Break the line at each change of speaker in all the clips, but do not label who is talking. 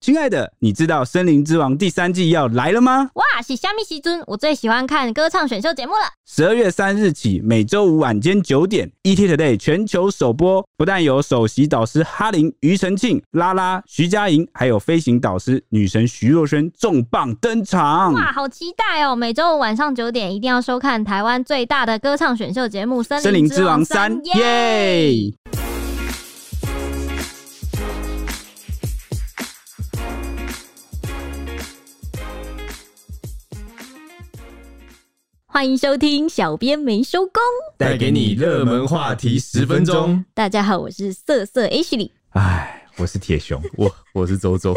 亲爱的，你知道《森林之王》第三季要来了吗？
哇，是虾米西尊，我最喜欢看歌唱选秀节目了。
十二月三日起，每周五晚间九点，ETtoday 全球首播。不但有首席导师哈林、庾澄庆、拉拉、徐佳莹，还有飞行导师女神徐若瑄重磅登
嗯
场。
哇，好期待哦！每周五晚上九点一定要收看台湾最大的歌唱选秀节目《
森
森
林
林
之王三
三》，
耶！
欢迎收听《小编没收工》。
带给你热门话题十分钟。
大家好，我是瑟瑟 H 里。
哎，我是铁熊，我我是周周。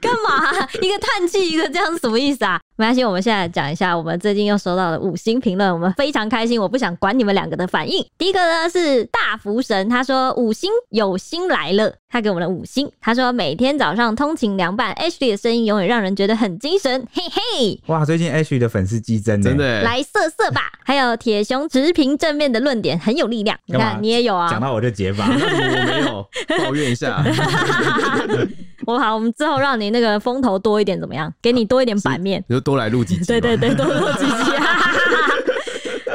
干嘛、一个叹气，一个这样是什么意思啊？没关系，我们现在讲一下我们最近又收到的五星评论，我们非常开心。我不想管你们两个的反应。第一个呢是大福神，他说五星有心来了，他给我们的五星。他说每天早上通勤凉拌，H D 的声音永远让人觉得很精神，嘿嘿。
哇，最近 H 的粉丝激增，真的
来色色吧，还有铁熊直评正面的论点很有力量，你
干嘛
看你也有啊
讲。到我就结巴。
我没有抱怨一下，
我好，我们之后让你那个风头多一点，怎么样？给你多一点版面。
你就多来录几集。
对对，对，多多几集。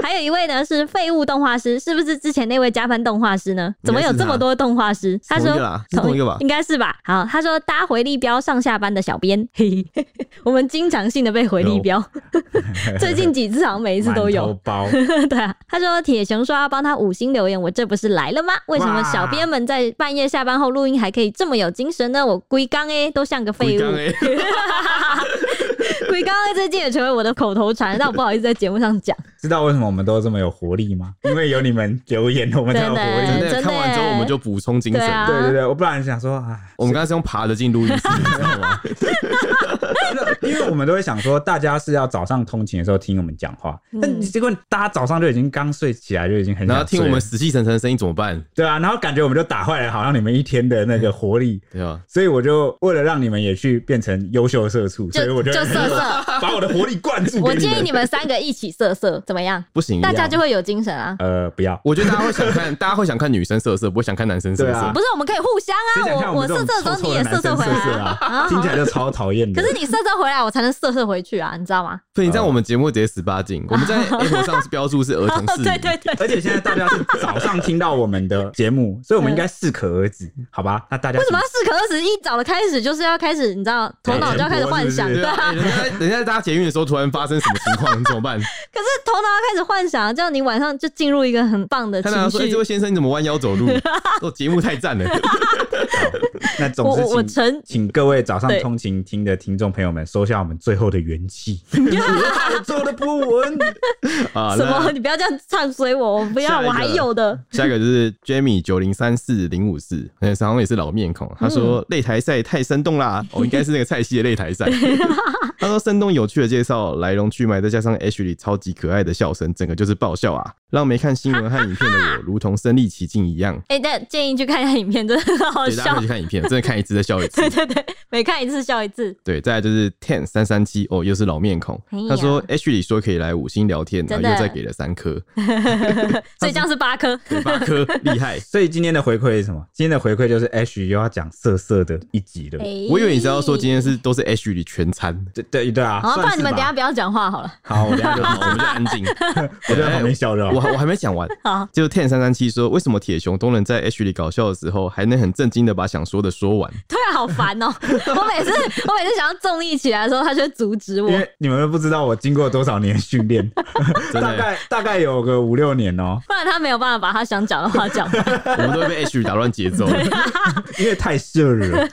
还有一位呢是废物动画师，是不是之前那位加班动画师呢？怎么有这么多动画师？他
同一
说
个啦是同一个吧
应该是吧。好，他说搭回力标上下班的小编， 嘿嘿我们经常性的被回力标， 最近几次好像每一次都
馒头
有。
包，
对啊，他说铁熊说要帮他五星留言，我这不是来了吗？为什么
哇
小编们在半夜下班后录音还可以这么有精神呢？我龟缸哎，都像个废物。
哎，
鬼刚刚最近也成为我的口头禅，但我不好意思在节目上讲。
知道为什么我们都这么有活力吗？因为有你们留言，我们才有活
真
力
的。
真的
真的
看完之后
耶
我们就补充精
对
神。
啊，
对对对，我不然想说啊，
我们刚才是用爬的进录音室，你知道吗？
因为我们都会想说，大家是要早上通勤的时候听我们讲话，
嗯
但结果大家早上就已经刚睡起来，就已经很
然后
想睡
听
了
我们死气沉沉的声音怎么办？
对啊，然后感觉我们就打坏了，好像你们一天的那个活力。
嗯
对啊吧？
所以我就为了让你们也去变成优秀的社畜，
就
所以我就
就色色。
把我的活力灌注给你们。
我建议你们三个一起色色，怎么样？
不行，
大家就会有精神啊！
呃不要，
我觉得大家会想看，大家会想看女生色色，不会想看男生色
对啊
色
不。是，我们可以互相
谁想
啊！
看
我
们这
色
种
色的时
臭臭
候你也
的男
色
生
回来
色色
啊！
啊？听起来就超讨厌的。
可是你色色回来，我才能色色回去啊，你知道吗？
所以你这样我们节目直接十八禁，我们在 Apple 上是标注是儿童适 宜。
对对对，
而且现在大家是早上听到我们的节目，所以我 们应该适可而止，好吧？那大家
嗯为什么要适可而止？一早的开始就是要开始，你知道，头脑就要开始幻想，
对
对啊！哎人家人家在搭捷运的时候突然发生什么情况，你怎么办？
可是头脑要开始幻想，这样你晚上就进入一个很棒的
他俩
情
说：“哎，
绪
这位。先生你怎么弯腰走路？这节目太赞了。”
那
我
总
我我
之请
承
请各位早上
对
通勤听的听众朋友们收下我们最后的元气。 我做的不稳，
啊，
什么？
那
你不要这样唱衰我，我不要，
下一个
我还有的。
下一个就是 Jamie 九零三四零五四，好像也是老面孔。他说
嗯
擂台赛太生动啦，哦，应该是那个菜系的擂 台赛。他说生动有趣的介绍来龙去脉，再加上 H 里超级可爱的笑声，整个就是爆笑啊，让没看新闻和影片的我如同身临其境一样。
哎、但建议去看一下影片，真的很好
对，大家
笑
可以。去看影片，真的看一次再笑一 次。
对对，每看一次笑一次。
对，再来就是 Ten 三三七哦，又是老面孔
哎呀。
他说 H 里说可以来五星聊天，然
真的
后又再给了三颗，
所以这样是八颗。
对八颗，厉害。
所以今天的回馈是什么？今天的回馈就是 H 又要讲色色的一集了。
哎
我以为你是要说今天是都是 H 里全餐，
对对对啊，
好，不
算
然
是
你们
吧
等一下不要讲话好了。
好，我等一下就
好，我们就安静。
我就在旁边笑着。
哎我还我还没讲完
好，
就 Ten 三三七说，为什么铁熊都能在 H 里搞笑的时候，还能很震惊的把想说的说完？
对啊，好烦哦、我每次我每次想要综艺起来的时候，他就会阻止我
因。为你们都不知道我经过多少年训练，
真
大
的，
概大概有个五六年哦、
不然他没有办法把他想讲的话讲完。
我们都会被 H 里打乱节奏。
因为太热了。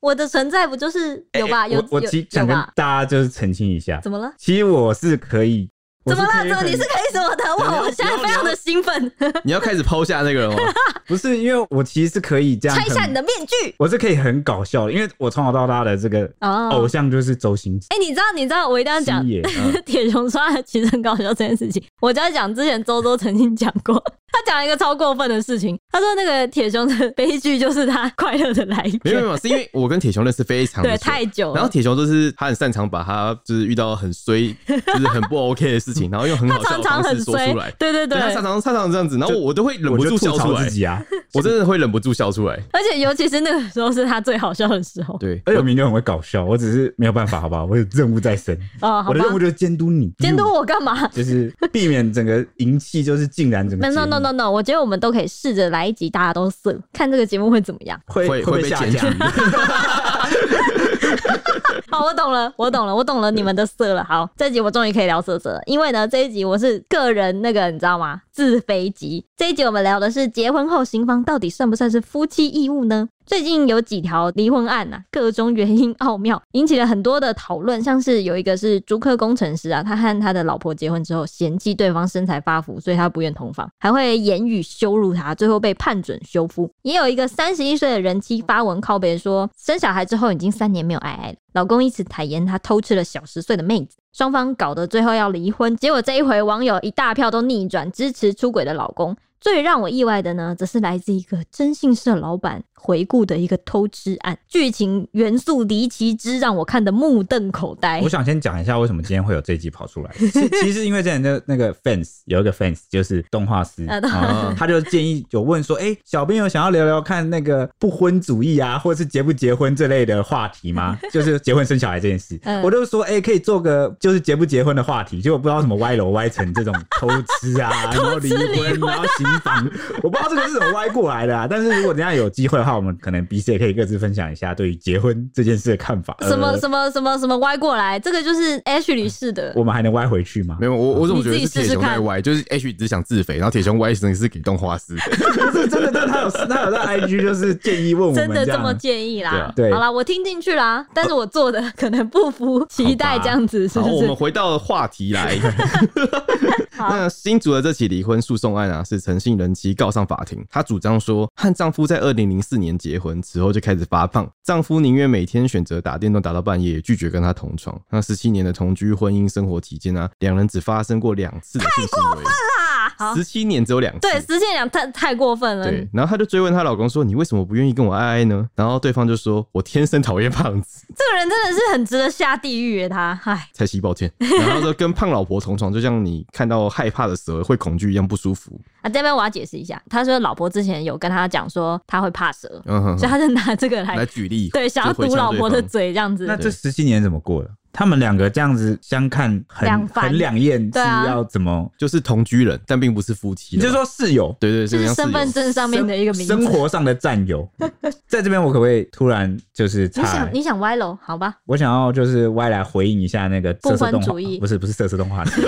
我的存在不就是 有吧？
欸
有
我我
有
其实
有
想跟
吧？
大家就是澄清一下，
怎么了？
其实我是可以，我
怎么了？
可以
怎么
很
你是可以什么的？
你
哇！
要
我现在非常的兴奋，
你要开始抛下那个了吗？
不是因为我其实是可以这样
拆下
很
你的面具
我是可以很搞笑的，因为我从小到大的这个偶
哦。
像就是周星驰。
哎、你知道，你知道，我一定要讲
星爷
铁熊说他其实很搞笑这件事情。我就要讲之前周周曾经讲过， 他讲了一个超过分的事情，他说那个铁熊的悲剧就是他快乐的来
没有
源，
没有，是因为我跟铁熊认识非常的
对，
久
太久
然后
了。
铁熊就是他很擅长把他就是遇到很衰，就是很不 OK 的事情，然后用很
他
好笑
常
的
常
方
很
式说
衰
出来，。
对对对
他，常常常常这样子，然后我我都 会忍
我
不
就
住笑
吐
出
槽
来
自，己啊，
我真的会忍不住笑出来。
而且尤其是那个时候是他最好笑的时候。
对，
而且我明明就很会搞笑，我只是没有办法，好不好？我有任务在身，
哦， 好
我的
吧，
任务就是监督你，
监督我干
嗯
嘛？
就是避免整个银气就是浸染整个
No
节目。
no no no no，我觉得我们都可以试着来一集，大家都色，看这个节目会怎么样。
会
会
会
被
下
检举
架。
好，我懂了，我懂了，我懂了你们的色了。好，这一集我终于可以聊色色了，因为呢，这一集我是个人那个，你知道吗？自肥集。这一集我们聊的是结婚后行房到底算不算是夫妻义务呢？最近有几条离婚案呐、啊，各种原因奥妙，引起了很多的讨论。像是有一个是竹科工程师啊，他和他的老婆结婚之后，嫌弃对方身材发福，所以他不愿同房，还会言语羞辱他，最后被判准休夫。也有一个三十一岁的人妻发文靠背说，生小孩之后已经三年没有爱爱了，老公一直坦言他偷吃了小十岁的妹子，双方搞得最后要离婚。结果这一回网友一大票都逆转，支持出轨的老公。最让我意外的呢，则是来自一个征信社老板回顾的一个偷吃案，剧情元素离奇之让我看得目瞪口呆
我。想先讲一下为什么今天会有这一集跑出来。其 其实因为之前的那个 fans 有一个 fans 就是动画师，
啊动
画师
啊他就建议有问说，哎、小编有想要聊聊看那个不婚主义啊，或者是结不结婚这类的话题 吗？就是结婚生小孩这件事，
嗯
我就说，哎、可以做个就是结不结婚的话题，结果不知道什么歪楼歪成这种偷吃啊，然 后离
离
婚，
婚
然后行房，我不知道这个是怎么歪过来的啊。但是如果等一下有机会的话，我们可能彼此也可以各自分享一下对于结婚这件事的看法。
什么
呃
什么什么什么歪过来，这个就是 H 女士的。
我们还能歪回去吗
没？有我我怎么觉得
你
是
自己试
铁
试
熊在
看
歪，就是 H 只想自肥，然后铁熊歪成是给动画师。
不是真的，但他有 他有在 IG 就是建议问我们
真的这
样
么建议
对
啦
啊？
对
好啦，我听进去啦，但是我做的可能不符期待，这样子是
好，
不
我
是
们？回到话题 来。
好
那新竹的这起离婚诉讼案啊，是诚信人妻告上法庭，她主张说和丈夫在二零零四年结婚此后就开始发胖，丈夫宁愿每天选择打电动打到半夜，也拒绝跟她同床。那十七年的同居婚姻生活期间啊，两人只发生过两次的性行为，
啊，好，
十七年只有两次。
对，实现两太太过分了。
对，然后她就追问她老公说：“你为什么不愿意跟我爱爱呢？”然后对方就说：“我天生讨厌胖子。”
这个人真的是很值得下地狱耶，他，唉，
蔡西抱歉。然后他说跟胖老婆同床，就像你看到害怕的蛇会恐惧一样不舒服。
啊，这边我要解释一下，他说老婆之前有跟他讲说他会怕蛇，
嗯哼
所以
哼，
他就拿这个来
来举例，
对，想要
就回
堵
呛
老婆的
对方。
嘴这样子。
那这十七年怎么过的？他们两个这样子相看很
两番
很两厌，是
对啊
要怎么？
就是同居人，但并不是夫妻
你
了吧。
就说室友
对对，
就
这
是
样
身份证上面的一个名字。
生生活上的占 有，在这边我可不可以突然就是
你
插
想
来？
你想歪楼，好吧？
我想要就是歪来回应一下那个色色动
不婚
画
主义，
不是不是色色动画师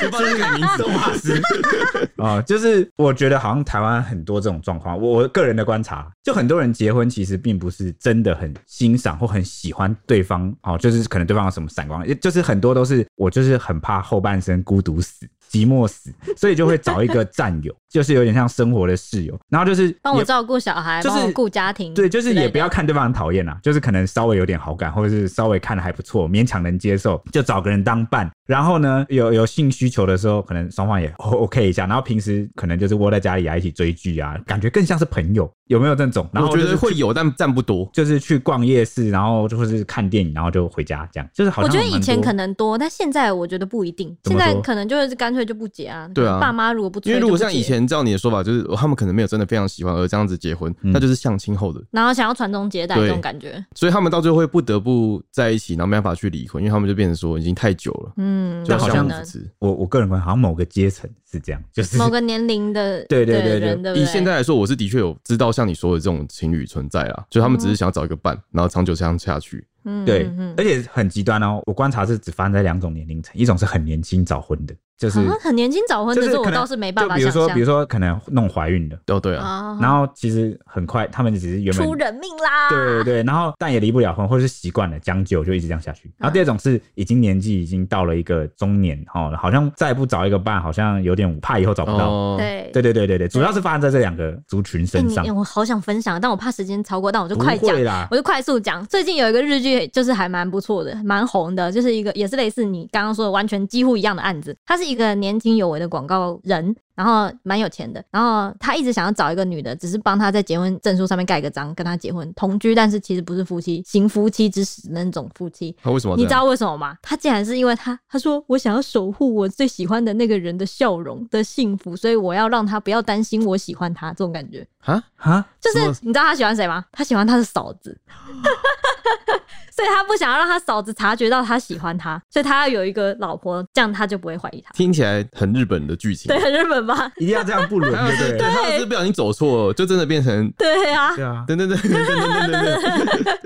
就放这个名字。
动 画师 啊，就是我觉得好像台湾很多这种状况，我我个人的观察，就很多人结婚其实并不是真的很欣赏或很喜欢对方哦，就是可能对方有什么闪光，也就是很多都是我就是很怕后半生孤独死。寂寞死，所以就会找一个战友， 就是有点像生活的室友，然后就是
帮我
也
照顾小孩，
就是
帮我顾家庭之类
对，
的，
就是也不要看对方很讨厌啦，就是可能稍微有点好感，或者是稍微看的还不错，勉强能接受，就找个人当伴。然后呢，有有性需求的时候，可能双方也 OK 一下。然后平时可能就是窝在家里啊，一起追剧啊，感觉更像是朋友，有没有这种？然后
我觉
就是
得会有，但占不多。
就是去逛夜市，然后就或是看电影，然后就回家这样。就是好
我
像
觉得以
蛮
前
多
可能多，但现在我觉得不一定。
怎
现
么说
在可能就是干脆就不结啊。
对啊
爸妈如果不催，
因为如果像
就不
以
结，
前照你的说法，就是哦他们可能没有真的非常喜欢，而这样子结婚，
嗯
那就是相亲后的，
然后想要传宗接代这
对
种感觉，
所以他们到最后会不得不在一起，然后没办法去离婚，因为他们就变成说已经太久了，
嗯，
就
好
相
像
夫
可能
之子。
我我个人观察，好像某个阶层是这样，就是
某个年龄的
对对对
对
对
人，对不
以
对？
现在来说，我是的确有知道像你说的这种情侣存在啊，就他们只是想要找一个伴，然后长久这样下去。
嗯，
对
嗯，
而且很极端哦。我观察是只发生在两种年龄层，一种是很年轻早婚的，就是
啊，很年轻早婚
就
的
是
这
可
我
能
倒是没办法
就比
想
如说，
象
比如。说可能弄怀孕的，
哦，对啊，
啊，
然后其实很快他们只是原本
出人啊命啦！
对对对，然后但也离不了婚，或者是习惯了将就就一直这样下去。
嗯
然后第二种是已经年纪已经到了一个中年哦，好像再不找一个伴，好像有点怕以后找不到。
哦，
对
对对对对对，主要是发生在这两个族群
哎
身
你
上
哎。我好想分享，但我怕时间超过，但我就
不
快讲
会。啦，
我就快速讲，最近有一个日剧，就是还蛮不错的，蛮红的，就是一个也是类似你刚刚说的完全几乎一样的案子。它是一个年轻有为的广告人，然后蛮有钱的，然后他一直想要找一个女的，只是帮他在结婚证书上面盖个章，跟他结婚同居，但是其实不是夫妻，行夫妻之实那种夫妻。
他为什么要
你
这
知
样？
道为什么吗？他竟然是因为他，他说我想要守护我最喜欢的那个人的笑容的幸福，所以我要让他不要担心我喜欢他这种感觉。
啊？
啊，
就是
什么
你知道他喜欢谁吗？他喜欢他的嫂子， 所以他不想要让他嫂子察觉到他喜欢他，所以他要有一个老婆，这样他就不会怀疑他。
听起来很日本的剧情。
对，很日本吧？
一定要这样 不伦，
他要
对
是
不
对，啊
对？
他要是不小心走错，就真的变成
对啊，
对啊，
等等等等等等 等等，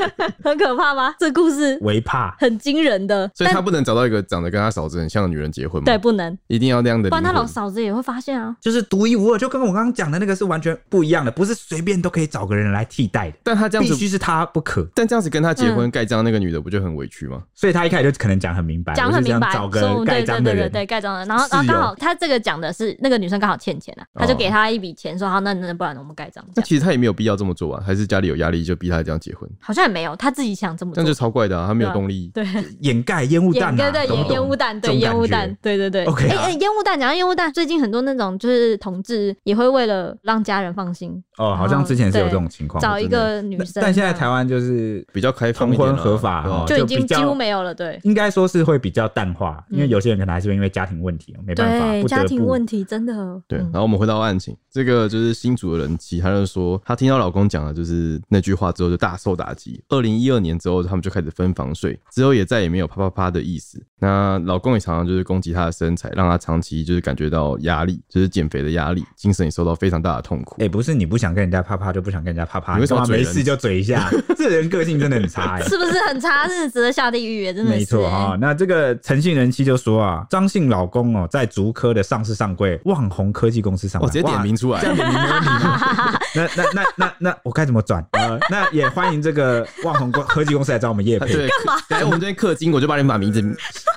很可怕吗？这故事
为怕
很惊人的，
所以
但
他不能找到一个长得跟他嫂子很像的女人结婚嘛？
对，不能，
一定要那样的
不然
灵
他
魂。
老嫂子也会发现啊。
就是独一无二，就跟我刚刚讲的那个是完全不一样的，不是随便都可以找个人来替代的，
但他这样
必
子，
须是他不可。
但这样子跟他结婚
嗯
盖章那个女的不就很委屈吗？
所以他一开始就可能讲很明白，
讲
我
很
是
明
想
白，
找
说
个
我们
盖
对对
章的
对对
人，哦
对盖章的人，然后
室
然后刚
友
好他这个讲的是那个女生刚好欠钱啊，他就
哦
给他一笔钱说好，那那不然我们盖章这
哦
那
样，
其实他也没有必要这么做啊，还是家里有压力就逼他这样结婚，
好像也没有，他自己想这么
这
做
样就，超怪的啊，他没有动力。
对，
掩盖烟雾弹
对
啊，
对
懂不
烟
懂
烟雾弹，
这
对
种
烟雾
感觉
弹，对对对。
OK
哎
啊
哎，烟雾弹，讲到烟雾弹，最近很多那种就是同志也会为了让家人放心，
哦，好像之前是有
对
这种情况，
哦找一
真的
个女
那
生这样，
但现在台湾就是
比较开放一
同
点啊
婚合法
对啊
哦，
就已
比
经几
较
乎没有了，对
应该说是会比较淡化，因为
嗯
有些人可能还是因为家庭问题没办法，不得
对，
不
家庭问题真的
对，
嗯
然后我们回到案情，这个就是新竹的人妻，她就说她听到老公讲的就是那句话之后就大受打击。二零一二年之后，他们就开始分房睡，之后也再也没有啪啪啪的意思。那老公也常常就是攻击她的身材，让她长期就是感觉到压力，就是减肥的压力，精神也受到非常大的痛苦。
哎、不是你不想跟人家啪啪就不想跟人家啪啪，
你为什么
干嘛
嘴
没
人
事就嘴一 下？这人个性真的很 差哎、
是不是很差？真的值得下地狱耶，真的是
没错啊、
哎
那这个陈姓人妻就说啊，张姓老公哦，在竹科的上市上柜旺宏科技公司上
我
班，
哦直接点
哇
名出来，
这样你没问题吗？那那那那那我该怎么转？
嗯
呃，那也欢迎这个旺宏公科技公司来找我们叶
啊
配。
对，等下我们这边氪金，我就把你们把名字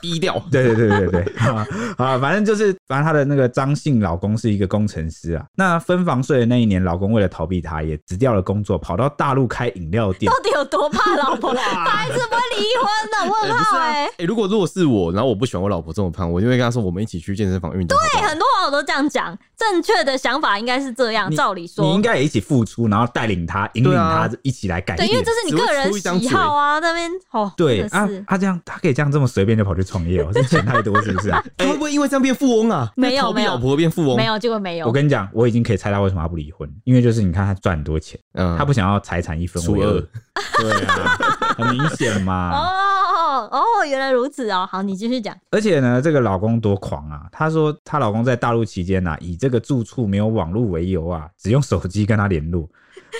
逼掉。
对对对对对， 啊啊，反正就是，反正她的那个张姓老公是一个工程师啊。那分房睡的那一年，老公为了逃避她，也辞掉了工作，跑到大陆开饮料店。
到底有多怕老婆？他一直不会离婚的？
哎
问
不是
号
啊，
哎
哎、。如果如果是我，然后我不喜欢我老婆这么胖，我就会跟她说，我们一起去健身房运动好不好。
很多网友都这样讲，正确的想法应该是这样。
你
照理
你
说
应，该也一起付出，然后带领她，引领
对啊
她一起来改
对，
变。
因为这是你个人
只会出一张
喜好啊，那边哦，
对
真
啊
的是
啊，这样她可以这样这么随便就跑去创业哦，是欠太多是不是啊？
他哎会不会因为这样变富翁啊？
没有
逃避
没有
老婆变富翁，
没有，结果没 有
我。跟你讲，我已经可以猜到为什么她不离婚，因为就是你看她赚很多钱，
嗯，
她不想要财产一分为
除
二
二。
对啊，很明显嘛。
哦哦，原来如此哦。好，你继续讲。
而且呢，这个老公多狂啊！她说她老公在大陆期间呐、以这个住处没有网络为由啊，只用手机跟她联络。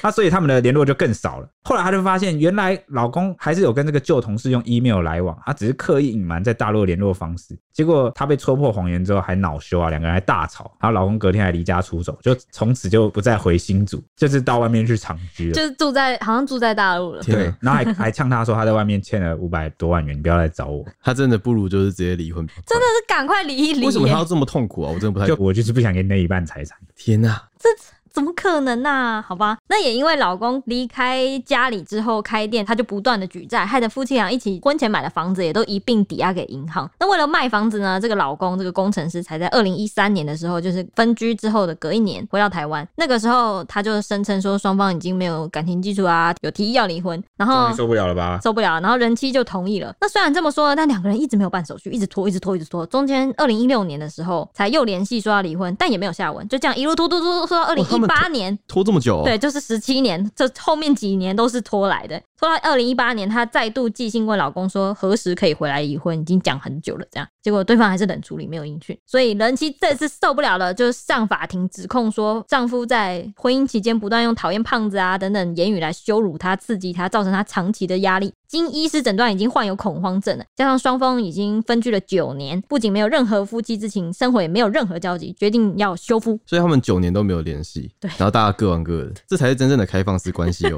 那、所以他们的联络就更少了。后来她就发现，原来老公还是有跟这个旧同事用 email 来往，她只是刻意隐瞒在大陆的联络方式。结果她被戳破谎言之后，还恼羞啊，两个人还大吵。然后老公隔天还离家出走，就从此就不再回新竹，就是到外面去长居了
就。是住在好像住在大陆了，
天啊
对
哪，，
然后还还呛她说她在外面欠了五百多万元，你不要来找我。
他真的不如就是直接离婚。
真的是赶快离一离耶。
为什么他要这么痛苦啊？我真的不太
就我就是不想给你那一半财产。
天
啊
哪！
怎么可能呐、好吧，那也因为老公离开家里之后开店，他就不断的举债，害得夫妻俩一起婚前买的房子也都一并抵押给银行。那为了卖房子呢，这个老公这个工程师才在二零一三年的时候，就是分居之后的隔一年回到台湾。那个时候他就声称说双方已经没有感情基础啊，有提议要离婚，然后
终于受不了了吧？
受不了，然后人妻就同意了。那虽然这么说呢，但两个人一直没有办手续，一直拖，一直拖，一直拖。中间二零一六年的时候才又联系说要离婚，但也没有下文，就这样一路拖拖拖拖拖到二零
哇哦他
一
们
八年。
拖这么久、哦
对，，就是十七年，这后面几年都是拖来的，拖到二零一八年，她再度寄信问老公说何时可以回来离婚，已经讲很久了，这样，结果对方还是冷处理，没有音讯，所以人妻这次受不了了，就上法庭指控说丈夫在婚姻期间不断用讨厌胖子啊等等言语来羞辱她、刺激她，造成她长期的压力。经医师诊断，已经患有恐慌症了，加上双方已经分居了九年，不仅没有任何夫妻之情，生活也没有任何交集，决定要修复。
所以他们九年都没有联系，
对
然后大家各玩各的，这才是真正的开放式 关系哦。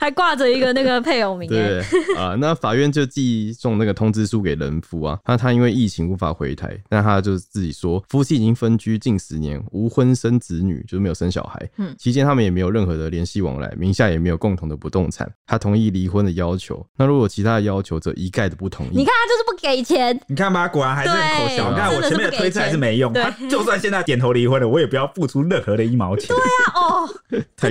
还挂着一个那个配偶名哎，
对啊、那法院就寄送那个通知书给人夫啊。那他因为疫情无法回台，那他就自己说，夫妻已经分居近十年，无婚生子女，就是没有生小孩。
嗯
期间他们也没有任何的联系往来，名下也没有共同的不动产。他同意离婚的要求，那如果有其他的要求则一概的不同意。
你看他就是不给钱，
你看吧，果然还是很口小。
对
你看我
真的是
前面的
不给
推测还是
钱
没用，
对
他就算现在点头离婚了，我也不要付出任何的一毛钱。
啊哦，
太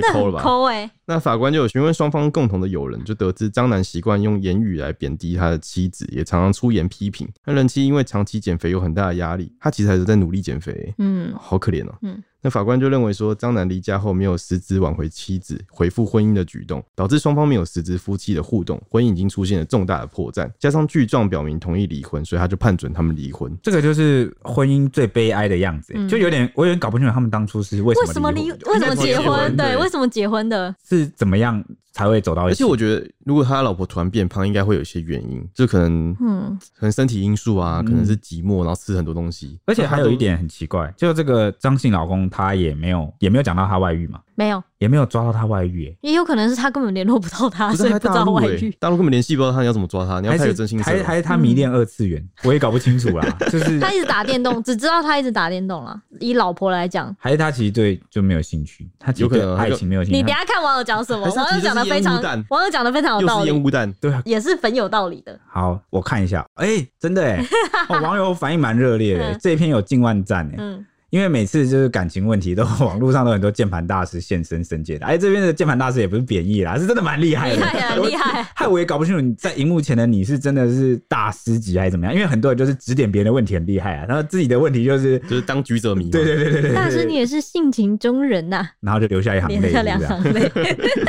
真的
抠了
很
吧？
抠哎，
那法官就有询问双方共同的友人，就得知张楠习惯用言语来贬低他的妻子，也常常出言批评。那人妻因为长期减肥有很大的压力，她其实还是在努力减肥、
嗯，
好可怜哦。
嗯
那法官就认为说，张楠离家后没有实质挽回妻子、回复婚姻的举动，导致双方没有实质夫妻的互动，婚姻已经出现了重大的破绽。加上具状表明同意离婚，所以他就判准他们离婚。
这个就是婚姻最悲哀的样子、欸
嗯
就有点我有点搞不清楚他们当初是为
为
什
什
么
么
离
离
婚
为什么结
为什么结
婚？
婚
对，
对
为什么结婚的？
是怎么样才会走到一
而
起？
且我觉得，如果他老婆突然变胖，应该会有一些原因，就可能
嗯，
可能身体因素啊，
嗯
可能是寂寞，然后吃很多东西。
而且还有一点很奇怪，就这个张姓老公他也没有也没有讲到他外遇嘛，
没有，
也没有抓到他外遇、欸
也有可能是他根本联络不到他，啊
不
所
是
以
他
不
在
知
大
道
陆
外
哎、
遇。
大陆根本联系不到他，你要怎么抓他？你
欸，
要
还
他有
是
真心社嗯
还是还是他迷恋二次元，我也搞不清楚 啦。就是
他一直打电动， 只知道他一直打电动了。以老婆来讲，
还是他其实对就没有兴趣，他其实对
有可能
爱情没有兴趣。
你等一
他
下看网友讲什么，
还是他
网友
其实
讲的
是
非
烟雾
常
弹，
网友讲的非常有
又
道
是烟
理，
雾弹，
对啊，
也是很有道理的。
好，我看一下，哎、真的哎、 哦，网友反应蛮热烈的、
嗯
这一篇有近万赞哎、
嗯，
因为每次就是感情问题都 网络上都有很多键盘大师现身申解答，哎，这边的键盘大师也不是贬义啦，是真的蛮厉
哎
害的，
厉害 啊
我
厉害
害我也搞不清楚你在荧幕前的你是真的是大师级还是怎么样，因为很多人就是指点别人的问题很厉害啊，然后自己的问题就是。
就是当局者迷嘛。
对对对对对，
大
哎
师你也是性情中人呐，
啊
然后就留下一行
连
泪，
着
是
两
不是啊
行 泪。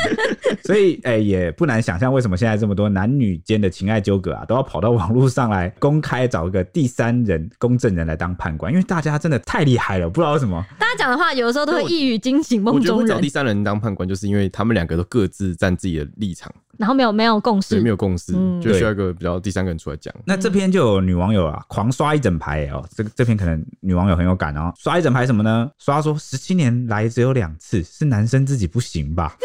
所以哎、也不难想象为什么现在这么多男女间的情爱纠葛啊，都要跑到网络上来公开找一个第三人公证人来当判官，因为大家真的太厉害了，不知道为什 么。
大家讲的话有的时候都会
对我
一语惊醒
我
梦
觉得
中
会找
人
第，三人当判官，就是因为他们两个都各自站自己的立场，
然后没有没有共
所
识
以没。有共识，
嗯
就需要一个比较第三个人出来讲。
那这篇就有女网友啊，狂刷一整排哦。这个这篇可能女网友很有感哦，刷一整排什么呢？刷说十七年来只有两次，是男生自己不行 吧？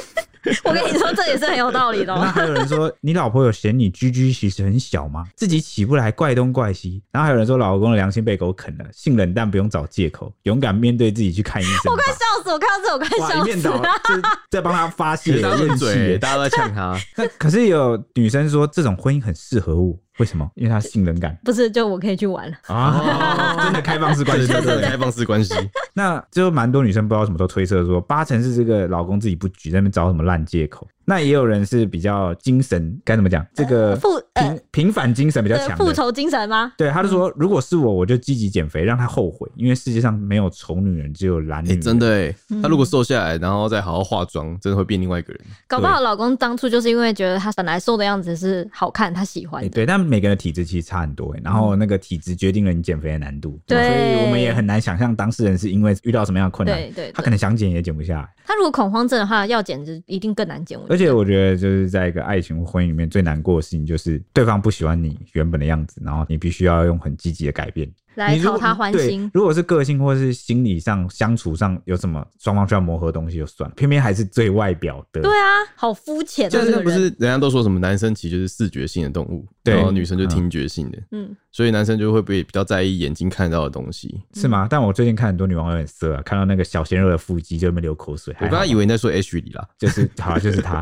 我跟你说，这也是很有道理的哦
那。还有人说，你老婆有嫌你居居其实很小吗？自己起不来，怪东怪西。然后还有人说，老公的良心被狗啃了，性冷淡不用找借口，勇敢面对自己去看医生吧。
快笑死！我啊看到这，我快
哇，一
笑
面
死
倒啊
了。，
就是在帮他发
其
泄
实大家都
怨
很
气
嘴
耶
欸，。大家都在呛他，
那可是有女生说这种婚姻很适合我，为什么？因为她性冷 感
不是，就我可以去玩了。
啊，真的开放式关系，
哦对
真
真的
的。
开放式关系，
那就蛮多女生不知道什么时候推测说，八成是这个老公自己不举，在那边找什么烂借口。那也有人是比较精神，该怎么讲？这个
复呃
平平反精神比较
对
强
复
的。
仇精神吗？
对，他就说，如果是我，我就积极减肥，让他后悔，因为世界上没有丑女人，只有懒女
哎，
人。
真的哎，
嗯
他如果瘦下来，然后再好好化妆，真的会变另外一个人。
搞不好老公当初就是因为觉得他本来瘦的样子是好看，他喜欢
哎，
的。嗯
对，但每个人的体质其实差很多、欸，然后那个体质决定了你减肥的难度，所以我们也
对
很难想象当事人是因为遇到什么样的困难，
对对
他
对
可能想减也减不下来。
他如果恐慌症的话，要减脂一定更难减。我觉
而
得
且我觉得就是在一个爱情或婚姻里面最难过的事情，就是对方不喜欢你原本的样子，然后你必须要用很积极的改变，
来
你如
讨
果嗯
他欢
对
心，
如果是个性或是心理上相处上有什么双方需要磨合的东西就算了，偏偏还是最外表的。
对啊，好肤浅啊！
就是
这
那
个
不
人
是人家都说什么男生其实就是视觉性的动物，
对
然后女生就听觉性的，
嗯，
所以男生就会被比较在意眼睛看到的东西。
是吗？但我最近看很多女网友很色啊，看到那个小鲜肉的腹肌就在那边流口水。
我
还
刚
好
刚以为你在说 H 里啦，
就是好，啊就是 他。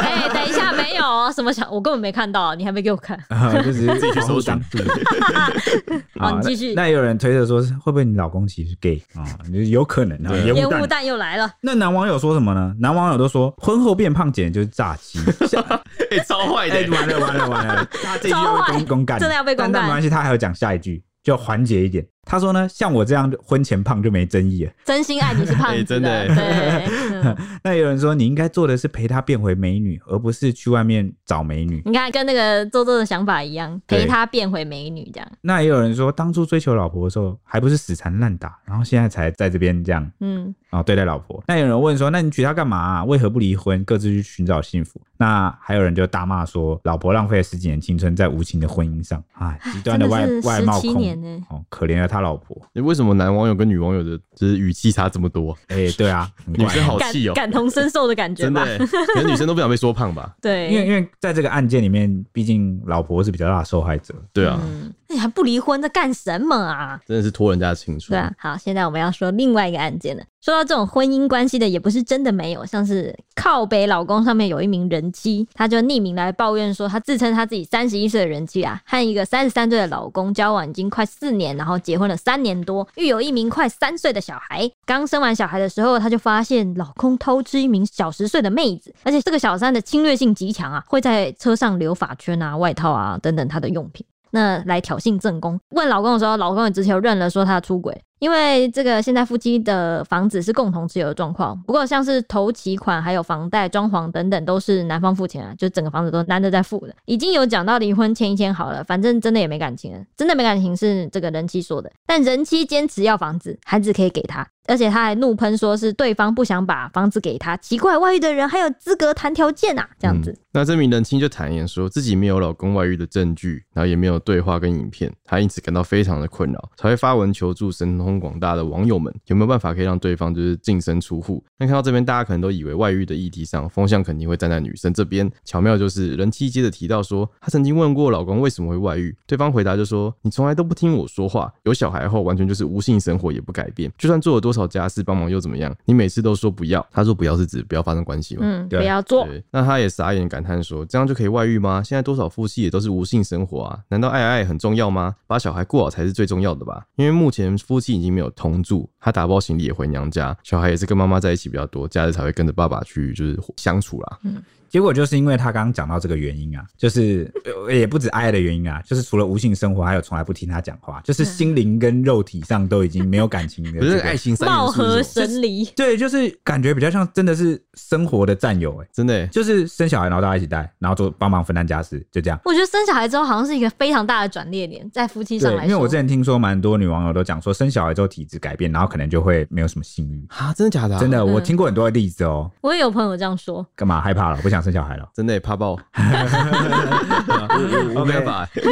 哎，等一下，没有哦什么小，我根本没看到，你还没给我看。
啊， 就只是自己
去搜寻
好，你继续
那。那也有人推测说，是会不会你老公其实是 gay 啊？就是有可能啊，
对
烟
烟
雾弹
雾。弹又来了，
那男网友说什么呢？男网友都说婚后变胖简直就是诈 欺，像
哎，超坏
哎，
的，
完 了完了完了，他这一句要被公公干，
真的要被公干
但但没关系，他还有讲下一句，就缓解一点。他说呢，像我这样婚前胖就没争议了。
真心爱你 是胖
哎
子
真的
的，
哎
对，嗯
那有人说，你应该做的是陪他变回美女，而不是去外面找美女。
你看跟那个周周的想法一样，
对
陪她变回美女这样，
那也有人说，当初追求老婆的时候还不是死缠烂打，然后现在才在这边这样
嗯，
啊、对待老婆。那有人问说，那你娶她干嘛啊、为何不离婚，各自去寻找幸福？那还有人就大骂说，老婆浪费了十几年青春在无情的婚姻上，啊，极端的
真的
外
是
外貌
17
控，
年呢
哦，可怜了他老婆。
哎为什么男网友跟女网友的就是语气差这么多？
哎、对啊，很
女
怪
生好
感
气哦，
感同身受的感觉
真的
吧。
欸， 可能女生都不想被说胖吧？
对，
因为因为在这个案件里面，毕竟老婆是比较大的受害者，
对啊，
嗯，哎、你还不离婚，在干什么啊？
真的是拖人家的青春。
对啊，好，现在我们要说另外一个案件了。说到这种婚姻关系的，也不是真的没有，像是靠北老公上面有一名人妻，她就匿名来抱怨说，她自称她自己三十一岁的人妻啊，和一个三十三岁的老公交往已经快四年，然后结婚了三年多，育有一名快三岁的小孩。刚生完小孩的时候，她就发现老公偷吃一名小十岁的妹子，而且这个小三的侵略性极强啊，会在车上留发圈啊、外套啊等等她的用品。那来挑衅正宫。问老公的时候，老公也直球认了，说他出轨。因为这个现在夫妻的房子是共同持有的状况，不过像是头期款、还有房贷、装潢等等，都是男方付钱啊，就整个房子都男的在付的。已经有讲到离婚签一签好了，反正真的也没感情了，真的没感情是这个人妻说的，但人妻坚持要房子，孩子可以给他，而且他还怒喷说是对方不想把房子给他，奇怪，外遇的人还有资格谈条件啊，这样子。
嗯那这名人妻就坦言说自己没有老公外遇的证据，然后也没有对话跟影片，她因此感到非常的困扰，才会发文求助神通广大的网友们，有没有办法可以让对方就是净身出户？那看到这边，大家可能都以为外遇的议题上风向肯定会站在女生这边，巧妙就是人妻接着提到说，她曾经问过老公为什么会外遇，对方回答就说你从来都不听我说话，有小孩后完全就是无性生活也不改变，就算做了多少家事帮忙又怎么样？你每次都说不要，她说不要是指不要发生关系嘛？
嗯，
对
不要做。
对，那他也傻眼感叹说：“这样就可以外遇吗？现在多少夫妻也都是无性生活啊？难道爱爱很重要吗？把小孩顾好才是最重要的吧？因为目前夫妻已经没有同住，他打包行李也回娘家，小孩也是跟妈妈在一起比较多，假日才会跟着爸爸去就是相处啦。
结果就是因为他刚刚讲到这个原因啊，就是呃也不止爱的原因啊，就是除了无性生活，还有从来不听他讲话，
嗯
就是心灵跟肉体上都已经没有感情的、
可是爱情三
貌
元素
合
是什么
神离，
对，就是感觉比较像真的是生活的战友、欸，
真的欸、
就是生小孩然后大家一起带，然后做帮忙分担家事，就这样。
我觉得生小孩之后好像是一个非常大的转捩点，在夫妻
对
上，来说，
因为我之前听说蛮多女网友都讲说，生小孩之后体质改变，然后可能就会没有什么性欲。
啊，真的假的啊、
真
嗯
的，我听过很多的例子哦。
我也有朋友这样说，
干嘛害怕了？不想生小 孩了？
真的欸、怕爆， 我没办法欸，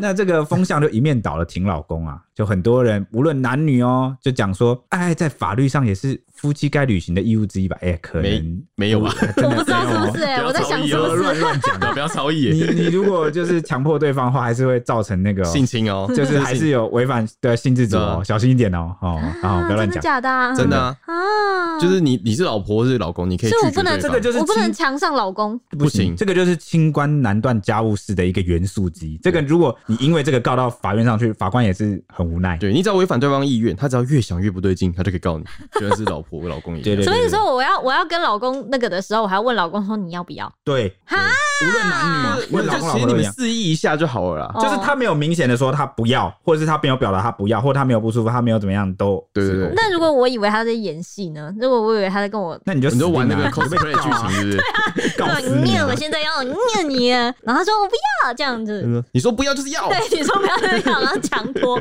那这个风向就一面倒了，挺老公啊，就很多人无论男女哦，就讲说，哎，在法律上也是夫妻该履行的义务之一吧？哎，可能
没没 有吧？
我不知道是不是、欸，
不
我
要
在
超
想
意
是
哦
不
乱
是。
乱讲的，不要超意
你
欸，
你如果就是强迫对方的话，还是会造成那个哦、
性侵 哦，
就是还是有违反的性自主
对
哦
啊，
小心一点哦，哦，好，
啊
不要乱
真的
讲。
假的啊？
真的啊，
啊，
就是你你是老婆是老公，你可以
所
拒
以我
绝
不能
对
这
方
个就是
我不能
亲
强上老公，
不行
这个就是清官难断家务事的一个元素之一。这个如果你因为这个告到法院上去，法官也是很无奈。
对你只要违反对方意愿，他只要越想越不对劲，他就可以告你，就算是老婆老公也一
对
样。
对
所以说我要我要跟老公那个的时候，我还要问老公说你要不要？
对，
哈
无论
啊
男女，
我
问
就
老公老
其实
婆都
你
一
们
样。
示意一下就好了啦。
哦
啊就是他没有明显的说他不要，或者是他没有表达他不要，或者他没有不舒服，他没有怎么样都
对对对
是 OK
那如果我以为他在演戏呢？如果我以为他在跟我。
那你就
你
死
就玩那
定了
个
啊你被
cosplay
告
剧
啊
情，对不对？
告
我
死你
念，
啊
我！现在要念你，然后他说我不要这样
嗯
子，
嗯你说不要就是要，
对，你说不要这样，然后强 迫，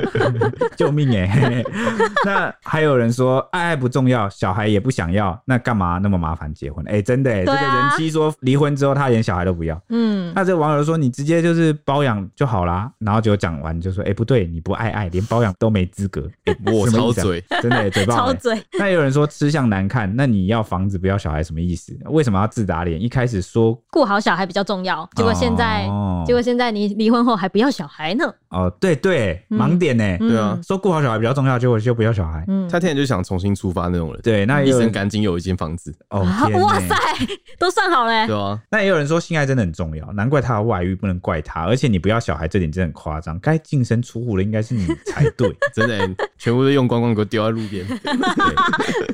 救命哎、嘿嘿 那还有人说爱爱不重要，小孩也不想要，那干嘛那么麻烦结婚？哎、真的哎、
对
这
啊
个人妻说离婚之后他连小孩都不要，
嗯，
那这个网友说你直接就是包养就好啦，然后就讲完就说哎、不对，你不爱爱，连包养都没资格， 哎
我
什么
操
意思啊
嘴，
真的、哎嘴巴、
超
哎。
嘴，
那有人说吃相难看，那你要房子不要小孩什么意思？为什么要自打脸？一开始说
顾好小孩比较重要。结果现在，
哦
结果现在你离婚后还不要小孩呢，
哦，对对，盲点呢、欸
嗯
对啊，
说顾好小孩比较重要，结果就不要小孩。
嗯，
他天天就想重新出发那种人。
对，那也
一
有
身
人
干净又有一间房子，
哦
啊
天、欸，
哇塞， 都算好了，欸
对啊，
那也有人说性爱真的很重要，难怪他有外遇，不能怪他。而且你不要小孩，这点真的很夸张，该净身出户的应该是你才对。
真的欸全部都用光光给我丢在路边。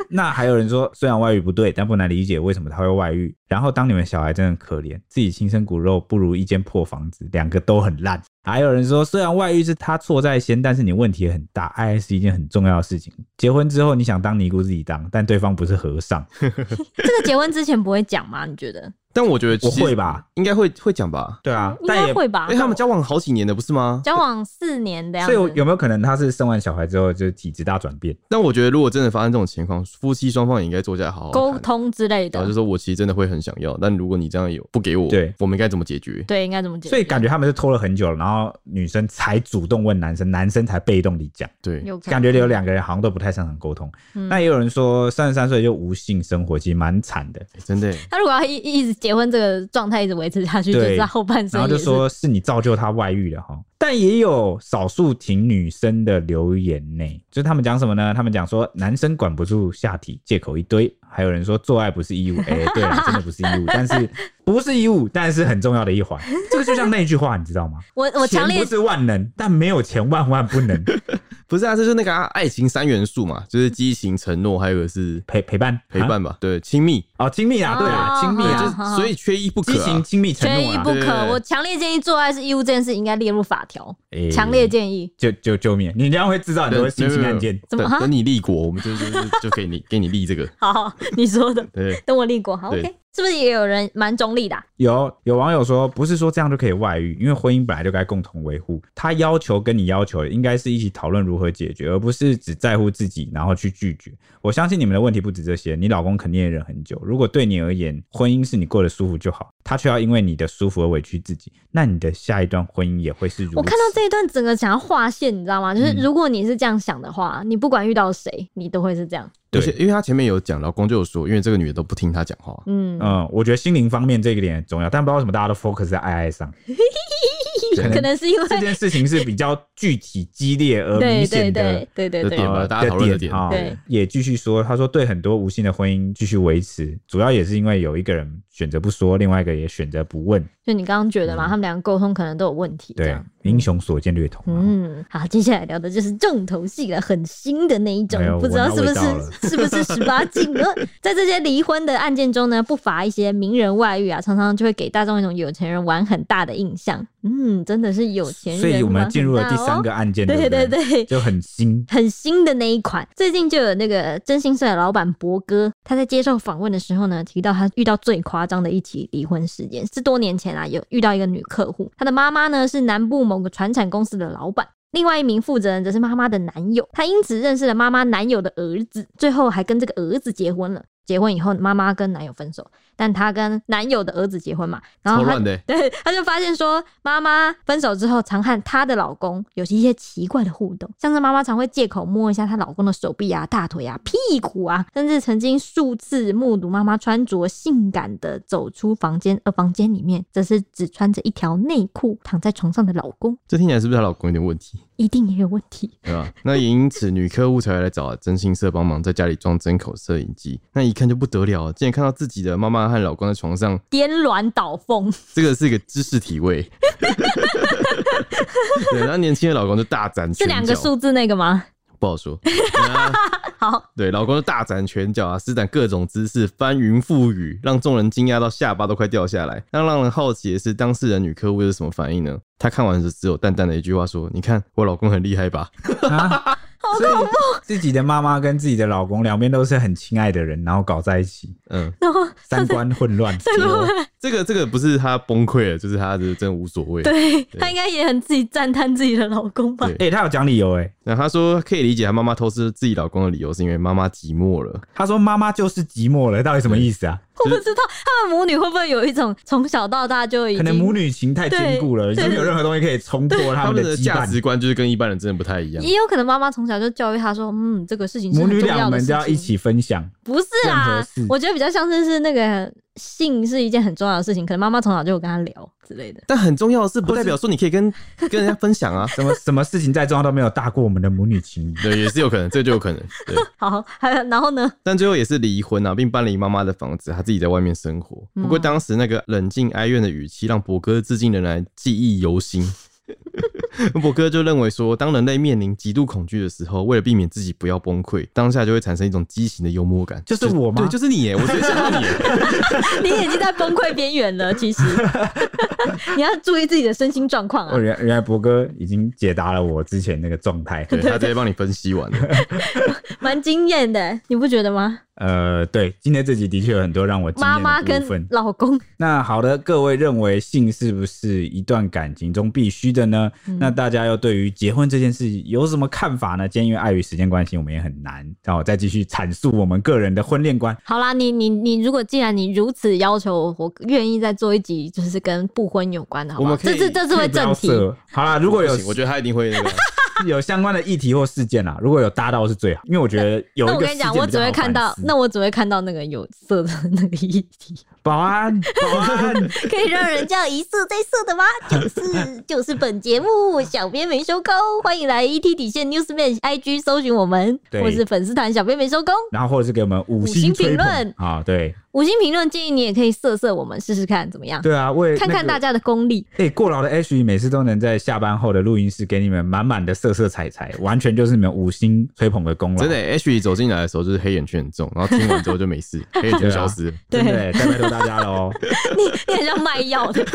那还有人说，虽然外遇不对，但不难理解为什么他会外遇。然后当你们小孩真的很可怜，自己亲生骨肉不如一间破房子，两个都很烂。还有人说，虽然外遇是他错在先，但是你问题也很大，爱是一件很重要的事情。结婚之后你想当尼姑自己当，但对方不是和尚，
这个结婚之前不会讲吗？你觉得？
但我觉得
我
其实
会吧？
应该会会讲吧，
对啊
应，
但
该
也
会吧
因为？他们交往好几年的不是吗？
交往四年的样
所
子，
以有有没有可能他是生完小孩之后就体质大转变？
但我觉得如果真的发生这种情况，夫妻双方也应该坐下来好好
沟
谈，
通之类
哦
然后
的
就，说我其实真的会很想要，但如果你这样有不给我，
啊对
我们应该怎么解决？
对，应该怎么解决？
所以感觉他们是拖了很久了，然后女生才主动问男生，男生才被动地讲，
对，
有可能
感觉有两个人好像都不太擅长沟
嗯
通。那也有人说，三十三岁就无性生活，其实蛮惨的。
欸真的欸
他如果要一一直结婚这个状态一直维持下去，就
对
是他后半生
然后就
也是
说是你造就他外遇了哈。但也有少数挺女生的留言呢，就是他们讲什么呢？他们讲说男生管不住下体，借口一堆。还有人说做爱不是 义务，哎、对了，真的不是义务，但是不是义务，但是很重要的一环。这个就像那句话，你知道吗？
我我强
钱
烈
不是万能，但没有钱万万不 能
不是啊，这就是那个、啊、爱情三元素嘛，就是激情、承诺，还有一个是
陪陪伴
陪伴吧，对，亲密，
啊哦，亲密啊，对啊，
哦
亲密
对，就
啊，
是所以缺一不
激
可、
情、
啊。
亲密、承
缺
诺
一
啊，
不
对
可
对。对
我强烈建议做爱是义务这件事应该列入法条，
哎
强烈建议。
救救救命！你这样会制造很多性侵案件。
怎么
等
啊
等你立国，我们就就就就给你给你立这个，
好，你说的，
对，
等我立过，好
对
，OK，是不是也有人蛮中立的啊、
有有网友说，不是说这样就可以外遇，因为婚姻本来就该共同维护。他要求跟你要求，应该是一起讨论如何解决，而不是只在乎自己然后去拒绝。我相信你们的问题不止这些，你老公肯定也忍很久。如果对你而言，婚姻是你过得舒服就好，他却要因为你的舒服而委屈自己，那你的下一段婚姻也会是如此。
我看到这一段，整个想要划线，你知道吗？就是
嗯
如果你是这样想的话，你不管遇到谁，你都会是这样。
而
对
且因为他前面有讲，老公就有说，因为这个女的都不听他讲话，
嗯，
嗯，我觉得心灵方面这一点很重要，但不知道为什么大家都 focus 在爱爱 上，可
可
能
能是因为
这件事情是比较具体、激烈而
对
明
对
显的
对对对
的
对
点，吧
呃
大家讨论的点
啊
对
也继续说，他说对很多无性的婚姻继续维持，主要也是因为有一个人选择不说，另外一个也选择不问，
就你刚刚觉得嘛，他们两个沟通可能都有问题。
嗯
这
对
样，
英。雄所见略同、啊。
嗯，好，接下来聊的就是重头戏了，很新的那一种
哎，呦
不知道是不
闻到味道
是是不是十八 禁呢？在这些离婚的案件中呢，不乏一些名人外遇啊，常常就会给大众一种有钱人玩很大的印象。嗯，真的是有钱人、
所以我们进入了第三
个，
个案件，
对
不
哦对
对
对，
就很 新。
很新的那一款。最近就有那个真心社的老板博哥，他在接受访问的时候呢，提到他遇到最夸张的一起离婚事件是多年前啊，有遇到一个女客户，她的妈妈呢是南部某个船产公司的老板。另外一名负责人则是妈妈的男友，他因此认识了妈妈男友的儿子，最后还跟这个儿子结婚了。结婚以后，妈妈跟男友分手，但她跟男友的儿子结婚嘛，然后
超
她
乱的、欸，
对，她就发现说，妈妈分手之后常和她的老公有一些奇怪的互动，像是妈妈常会借口摸一下她老公的手臂啊、大腿啊、屁股啊，甚至曾经数次目睹妈妈穿着性感的走出房间，而房间里面则是只穿着一条内裤躺在床上的老公，
这听起来是不是她老公有点问题？
一定也有问题。
对吧？那也因此，女客户才会来找真心社帮忙，在家里装针孔摄影机。那一看就不得了啊了，竟然看到自己的妈妈和老公在床上，
颠鸾倒凤，
这个是一个知识体位。 对，然后年轻的老公就大展
是
拳脚，
两个数字那个吗？
不好说。对啊
好，
对，老公就大展拳脚啊，施展各种姿势，翻云覆雨，让众人惊讶到下巴都快掉下来。那让人好奇的是，当事人女客户是什么反应呢？她看完时只有淡淡的一句话说：“你看我老公很厉害吧？”
所以自己的妈妈跟自己的老公两边都是很亲爱的人，然后搞在一起，
嗯，
然后
三 观混乱。
这个这个不是她崩溃了，就是她就是真的无所谓。
对她应该也很自己赞叹自己的老公吧？
对
哎、他有讲理由哎、
那她说可以理解她妈妈偷吃自己老公的理由，是因为妈妈寂寞了。
他说妈妈就是寂寞了，到底什么意思啊？
我不知道他们母女会不会有一种从小到大就已经
可能母女情太坚固了，已
对
经没有任何东西可以冲破他
他
们
们
的
的
羁
价
绊
值。观就是跟一般人真的不太一样。
也有可能妈妈从小就教育他说，嗯，这个事情是
母
很
女
重要
两
的
门
事
都
情
要一，起分享，
不是
任
啦
何事，
我觉得比较像是是那个性是一件很重要的事情，可能妈妈从小就有跟他聊之类的。
但很重要的是，不代表说你可以跟跟人家分享啊。
什么什么事情再重要都没有大过我们的母女情 谊。
对，也是有可能，这个就有可能。对，
好，还有然后呢？
但最后也是离婚啊，并搬离妈妈的房子，他自己在外面生活。不过当时那个冷静哀怨的语气，让博哥至今仍然记忆犹新。 博哥就认为说，当人类面临极度恐惧的时候，为了避免自己不要崩溃，当下就会产生一种畸形的幽默感。
就是我吗
对，就是你耶！我最想到你耶。
你已经在崩溃边缘 了，其实你要注意自己的身心状况
哦，
啊。
原原来博哥已经解答了我之前那个状态。
对他直接帮你分析完了。
蛮惊艳的，你不觉得吗？
呃，对，今天这集的确有很多让我惊
妈
艳
妈
的部
跟
分。
老公，
那好的，各位认为性是不是一段感情中必须的呢？
嗯
那大家又对于结婚这件事有什么看法呢？今天因为碍于时间关系，我们也很难，然后再继续阐述我们个人的婚恋观。
好啦，你你你，如果既然你如此要求我，我愿意再做一集，就是跟不婚有关的，好不
我
好？
们可
这
以
次这次会
不要
正题，
色好啦，如果有
不行我觉得他一定会那个。
有相关的议题或事件啦，如果有搭到是最好，因为我觉得有
那
一
我
个
跟你讲，我只会看到，那我只会看到那个有色的那个议题，
保安保安
可以让人叫一色再色 的吗？就是就是本节目小编没收工，欢迎来 ET 底线 Newsman IG 搜寻我们，
对
或是粉丝团小编没收工。
然后或者是给我们五
星
星
评
推捧
论
啊，对
五星评论建议你也可以色色我们试试看怎么样，
对啊，为
看看
那
大
个
家的功力。
哎、过劳的 H 每次都能在下班后的录音室给你们满满的色色彩彩，完全就是你们五星吹捧的功劳，
真的、欸、，H 走进来的时候就是黑眼圈很重，然后听完之后就 没事，黑眼
啊
圈消失了。
真的欸，再拜托大家 喽，
你很像卖药的，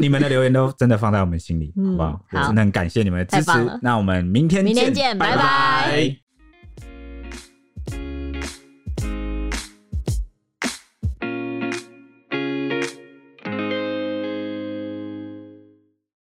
你们的留言都真的放在我们心里，
嗯
好不好？
好
真的很感谢你们的支
太棒
持
了，
那我们明天
明天见拜拜
拜